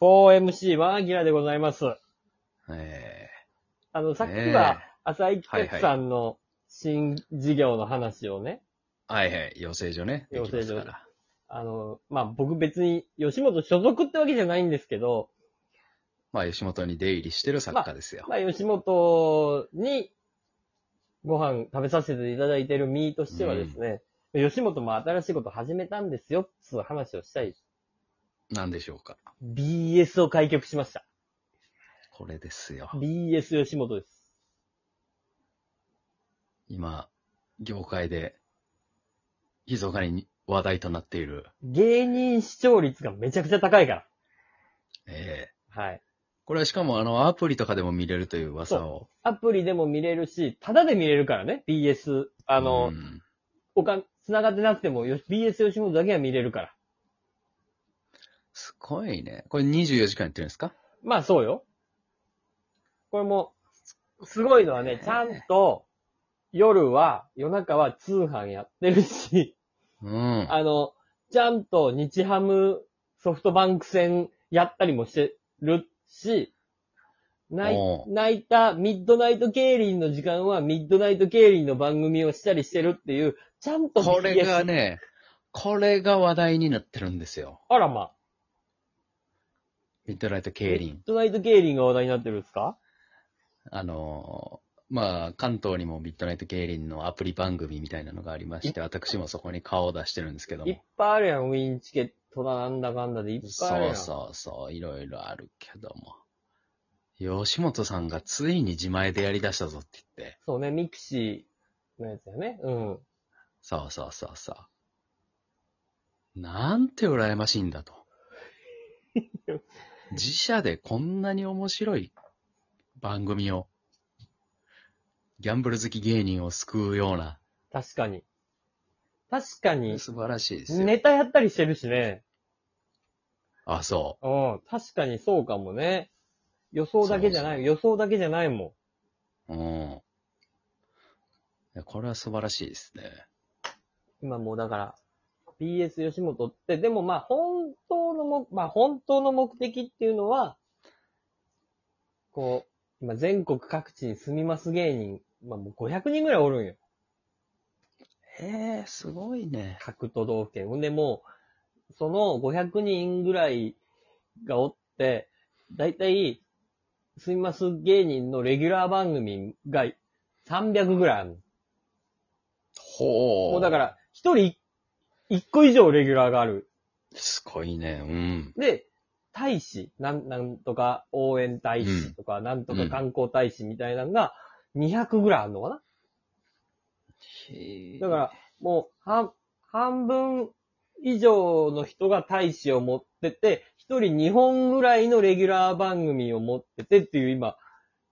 4MC はギラでございます。えあの、さっきねえは、浅井企画さんの新事業の話をね、ーはいはい、養成所ね。できますから。あの、まあ、僕別に吉本所属ってわけじゃないんですけど、まあ、吉本に出入りしてる作家ですよ。まあ、吉本にご飯食べさせていただいてる身としてはですね、吉本も新しいこと始めたんですよ、っつう話をしたいです。なんでしょうか。 BS を開局しました。これですよ。 BS 吉本です。今、業界で、密かに話題となっている、芸人視聴率がめちゃくちゃ高いから。えーはい。これはしかも、あの、アプリとかでも見れるという噂を。アプリでも見れるし、タダで見れるからね、BS。あの、うんおかん、繋がってなくてもよ BS 吉本だけは見れるから。すごいね。これ24時間やってるんですかまあそうよ。これも、すごいのはね、ちゃんと、夜は、夜中は通販やってるし、うん。あの、ちゃんと日ハムソフトバンク戦やったりもしてるし、泣いおう泣いたミッドナイト競輪の時間はミッドナイト競輪の番組をしたりしてるっていう、ちゃんとこれが BS ね、これが話題になってるんですよ。あらま。ミッドナイト競ミッ輪。ドナイト競輪が話題になってるんですかあのーまあ、関東にもミッドナイト競輪のアプリ番組みたいなのがありまして、私もそこに顔を出してるんですけどいっも。ぱいあるやん、ウィンチケットだなんだかんだでいっぱいあるそやん。うそうそう、いろいろあるけども。吉本さんがついに自前でやり出したぞって言って。そうね、ミクシーのやつやね。うん。そうそうそうそう。なんて羨ましい んだと。自社でこんなに面白い番組を、ギャンブル好き芸人を救うような、確かに。確かに、素晴らしいですよ。ネタやったりしてるしね。あ、そうん。確かにそうかもね。予想だけじゃない。そうそう予想だけじゃないもう。うん。いやこれは素晴らしいですね。ん。今もうだから、BS 吉本って、でもまあ本当のも、まあ本当の目的っていうのは、こう、今全国各地に住みます芸人、まあもう500人ぐらいおるんよ。ええすごいね。各都道府県。ほんでもう、その500人ぐらいがおって、だいたい、すみます芸人のレギュラー番組が300ぐらいあるの。ほう。もうだか。ら、一人一個以上レギュラーがある。すごいね。うん。、で、大使、なん、なんとか応援大使とか、なんとか観光大使みたいなのが200ぐらいあるのかなだからら、もう、半、半分以上の人が大使を持ってて、一人2本ぐらいのレギュラー番組を持っててっていう今、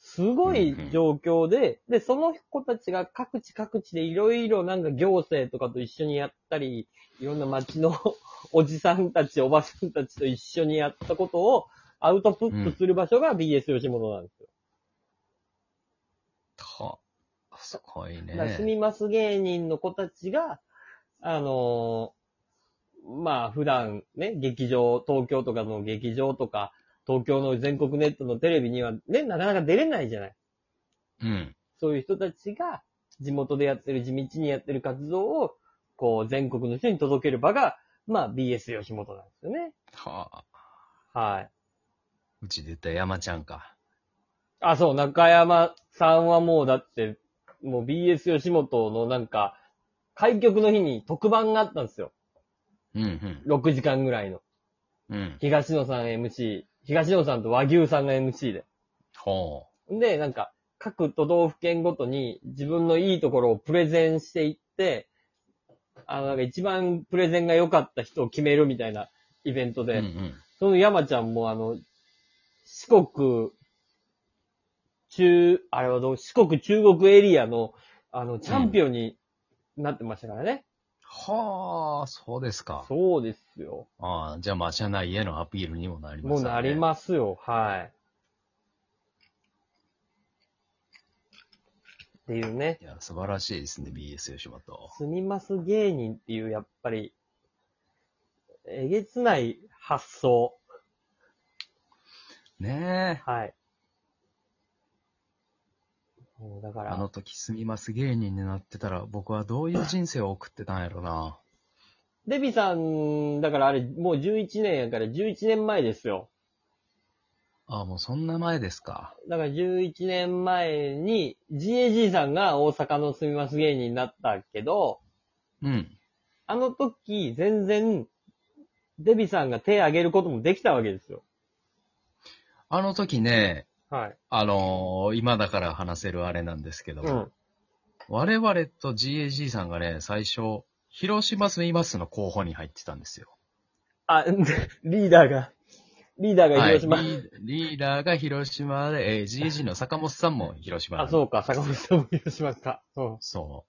すごい状況で、で、その子たちが各地各地でいろいろなんか行政とかと一緒にやったり、いろんな町の おじさんたち、おばさんたちと一緒にやったことをアウトプットする場所が BS 吉本なんですよ。はすごいだからね住。みます芸人の子たちが、あのーまあ普段ね、劇場、東京とかの劇場とか、東京の全国ネットのテレビにはね、なかなか出れないじゃない。うん。そういう人たちが、地元でやってる、地道にやってる活動を、こう、全国の人に届ける場が、まあ BS 吉本なんですよね。はあ。はい。うち出た山ちゃんか。あ、そう、中山さんはもうだって、もう BS 吉本のなんか、開局の日に特番があったんですよ。うん、 6時間ぐらいの。うん。うん。東野さん MC、東野さんと和牛さんが MC で。ほで、なんか、各都道府県ごとに自分のいいところをプレゼンしていって、あの、なんか一番プレゼンが良かった人を決めるみたいなイベントう。で、うんうん。その山ちゃんもあの、四国、中、あれはどう、四国中国エリアの、あの、チャンピオンになってましたからね。はあ、そうですか。そうですよ。ああ、じゃあ、まあ、社内へのアピールにもなりますもね。うなりますよ、はい。っていうね、す。いや、素晴らしいですね、BS 吉本。すみます芸人っていう、やっぱり、えげつない発想。ねえ。はい。もうだかあのら、時すみます芸人になってたら、僕はどういう人生を送ってたんやろな。デビさん、だからあれ、もう11年やから、11年前ですよ。あもうそんな前ですか。だから11年前に、GAG さんが大阪の住みます芸人になったけど、うん。あの時、全然、デビさんが手を挙げることもできたわけですよ。あの時ね、はい。あのー今だから話せるあれなんですけどうも、ん。我々と GAG さんがね、最初、広島住みますの候補に入ってたんですよ。あ、 リーダーが、リーダーが広島。はい、リーリーダーが広島で、えー GAG の坂本さんも広島なんあ、でそうか、坂本さんも広島か。うん。そ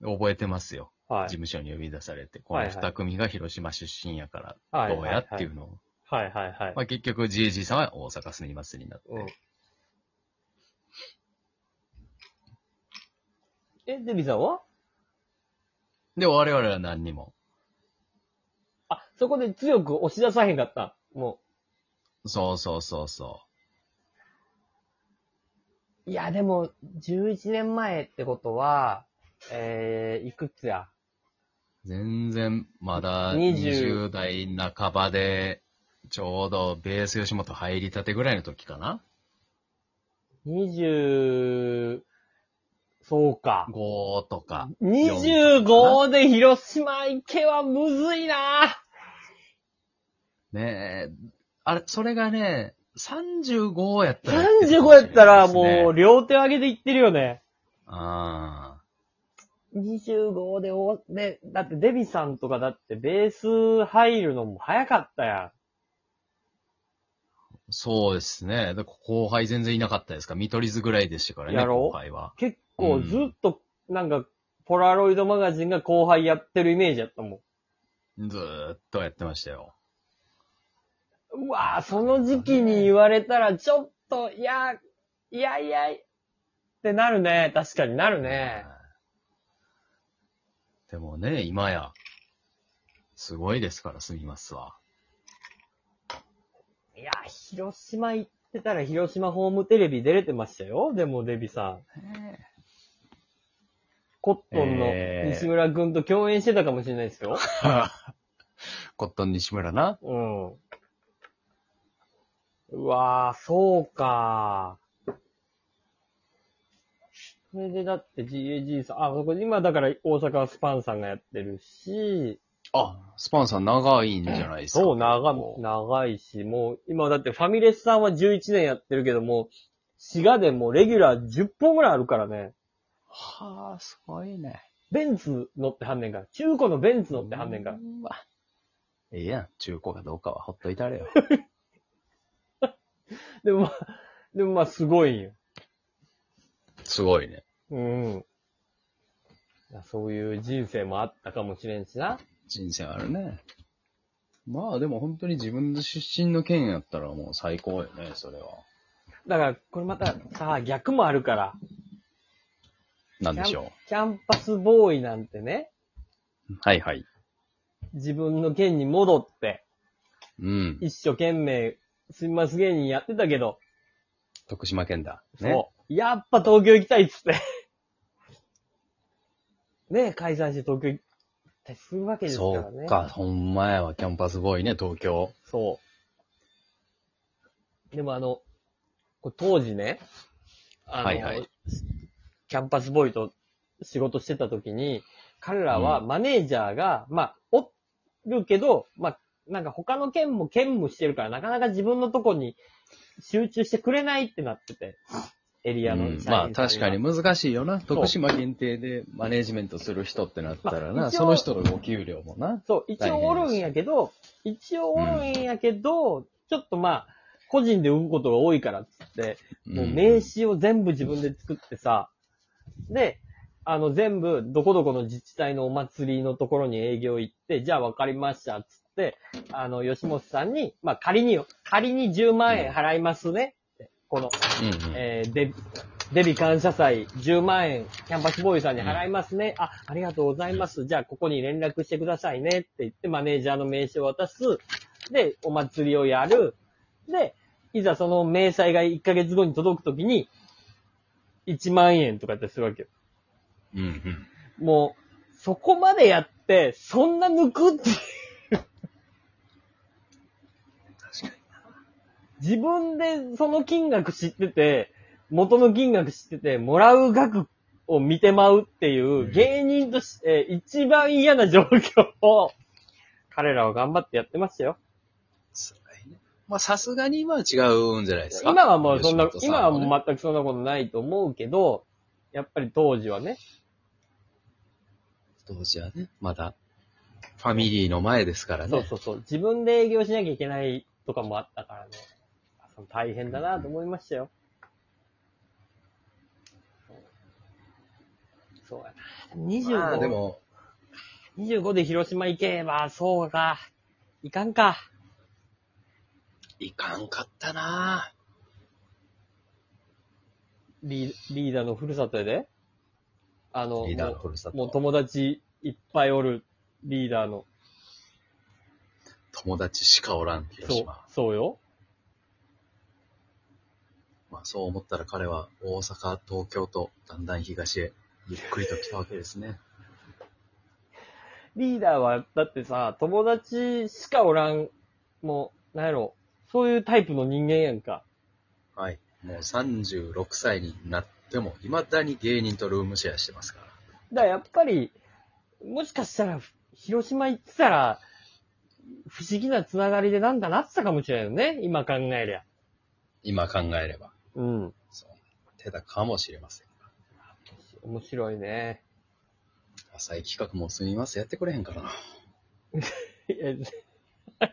う。覚えてますよ。は事い。務所に呼び出されて、こはいのはい二組が広島出身やかはら、いどうやっていうのを。はいはいはいま。あ結局 GAG さんは大阪住みますになって。うん。え、デビさんはで、我々は何にも。あ、そこで強く押し出さへんかった。も。そうそうそうそういや、でも、11年前ってことは、えー、いくつやう。全然、まだ20 20代半ばで、ちょうどベース吉本入りたてぐらいの時かな ?20、そうか。 ?5 とか。 25で広島行けはむずいなねえ、あれ、それがね、35やったらってるかもしれな35やいったらもう、ですね、両手上げて行ってるよね。ああ、 25でお、で、だってデビさんとかだってベース入るのも早かったやそうですね。で後輩全然いなかったですから、見取り図ぐらいでしたからね、やろ後輩は。ん。結構ずっと、なんか、ポラロイドマガジンが後輩やってるイメージやったもずーっとやってましたよ。ん。うわぁ、その時期に言われたら、ちょっと、いや、いやいや、ってなるね。確かになるね。え。でもね、今や、すごいですから、すみますわ。いや、広島行ってたら広島ホームテレビ出れてましたよ。でもデビさん。コットンの西村くんと共演してたかもしれないですよ。コットン西村な。うん。うわぁ、そうかそれでだって GAG さん、あ、そこ今だから大阪はスパンさんがやってるし、あ、スパンさん長いんじゃないですか。そう、長もう、長いし、もう今だってファミレスさんは11年やってるけども、滋賀でもレギュラー10本ぐらいあるからね。はあ、すごいね。ベンツ乗ってはんねんから。中古のベンツ乗ってはんねんから。うわええやん、中古かどうかはほっといたれよ。でもまあ、でもまあすごいんよ。すごいね。うん。いやそういう人生もあったかもしれんしな。人生あるね。まあでも本当に自分の出身の県やったらもう最高よね、それは。だから、これまたさ、逆もあるから。なんでしょキャンパスボーイなんてね、う。はいはい。自分の県に戻って、うん。一生懸命、すみます芸人やってたけど、徳島県だ。そう。やっぱ東京行きたいっつって。 ね解散して東京行ったりするわけですかそらね。うか、ほんまやわ、キャンパスボーイね、東京。そう。でもあの、こう当時ね、あの、はいはいキャンパスボーイと仕事してた時に、彼らはマネージャーが、まあ、おるけど、まあ、なんか他の県も兼務してるから、なかなか自分のとこに集中してくれないってなってて、エリアの社員さんが、まあ確かに難しいよな。徳島限定でマネージメントする人ってなったらな、まあ一応その人のお給料もな。そう、一応おるんやけど、一応おるんやけど、ちょっとまあ、個人で産むことが多いからっつって、もう名刺を全部自分で作ってさ、で、あの全部、どこどこの自治体のお祭りのところに営業行って、じゃあ分かりました、っつって、あの、吉本さんに、まあ仮によ、仮に10万円払いますね、ってこの、うんうんえーデビ、デビ感謝祭10万円、キャンパスボーイさんに払いますね。あ、ありがとうございます。じゃあ、ここに連絡してくださいね。って言って、マネージャーの名刺を渡す。で、お祭りをやる。で、いざその明細が1ヶ月後に届くときに、1万円とかやってするわけよ。うんうん。もう、そこまでやって、そんな抜くっていう。確かに。自分でその金額知ってて、元の金額知ってて、もらう額を見てまうっていう、芸人として一番嫌な状況を、彼らは頑張ってやってましたよ。まあ、さすがに今は違うんじゃないですか。今はもうそんな吉、本さ今はねもう全くそんなことないと思うけど、やっぱり当時はね、当時はね、まだ、ファミリーの前ですからそうね。そうそう、自分で営業しなきゃいけないとかもあったからね、その大変だなと思いましたよ。そうやな。25、まあ、でも、 25で広島行けば、そうか。いかんか。いかんかったなぁリーリーダーのふるさとやで。あの、リーダーのもふるさうもうと。友達いっぱいおるリーダーの。友達しかおらん、広そう島。、そうよ。まあ、そう思ったら彼は大阪、東京と、だんだん東へ、ゆっくりと来たわけですね。リーダーは、だってさ、友達しかおらん、もう、なんやろ、そういうタイプの人間やんか。はい。もう36歳になっても、未だに芸人とルームシェアしてますから。だからやっぱり、もしかしたら、広島行ってたら、不思議なつながりでなんかなってたかもしれないよね。今考えりゃ。今考えれば。うん。そう。手だかもしれません。面白いね。浅い企画もすみます。やってくれへんからな。いや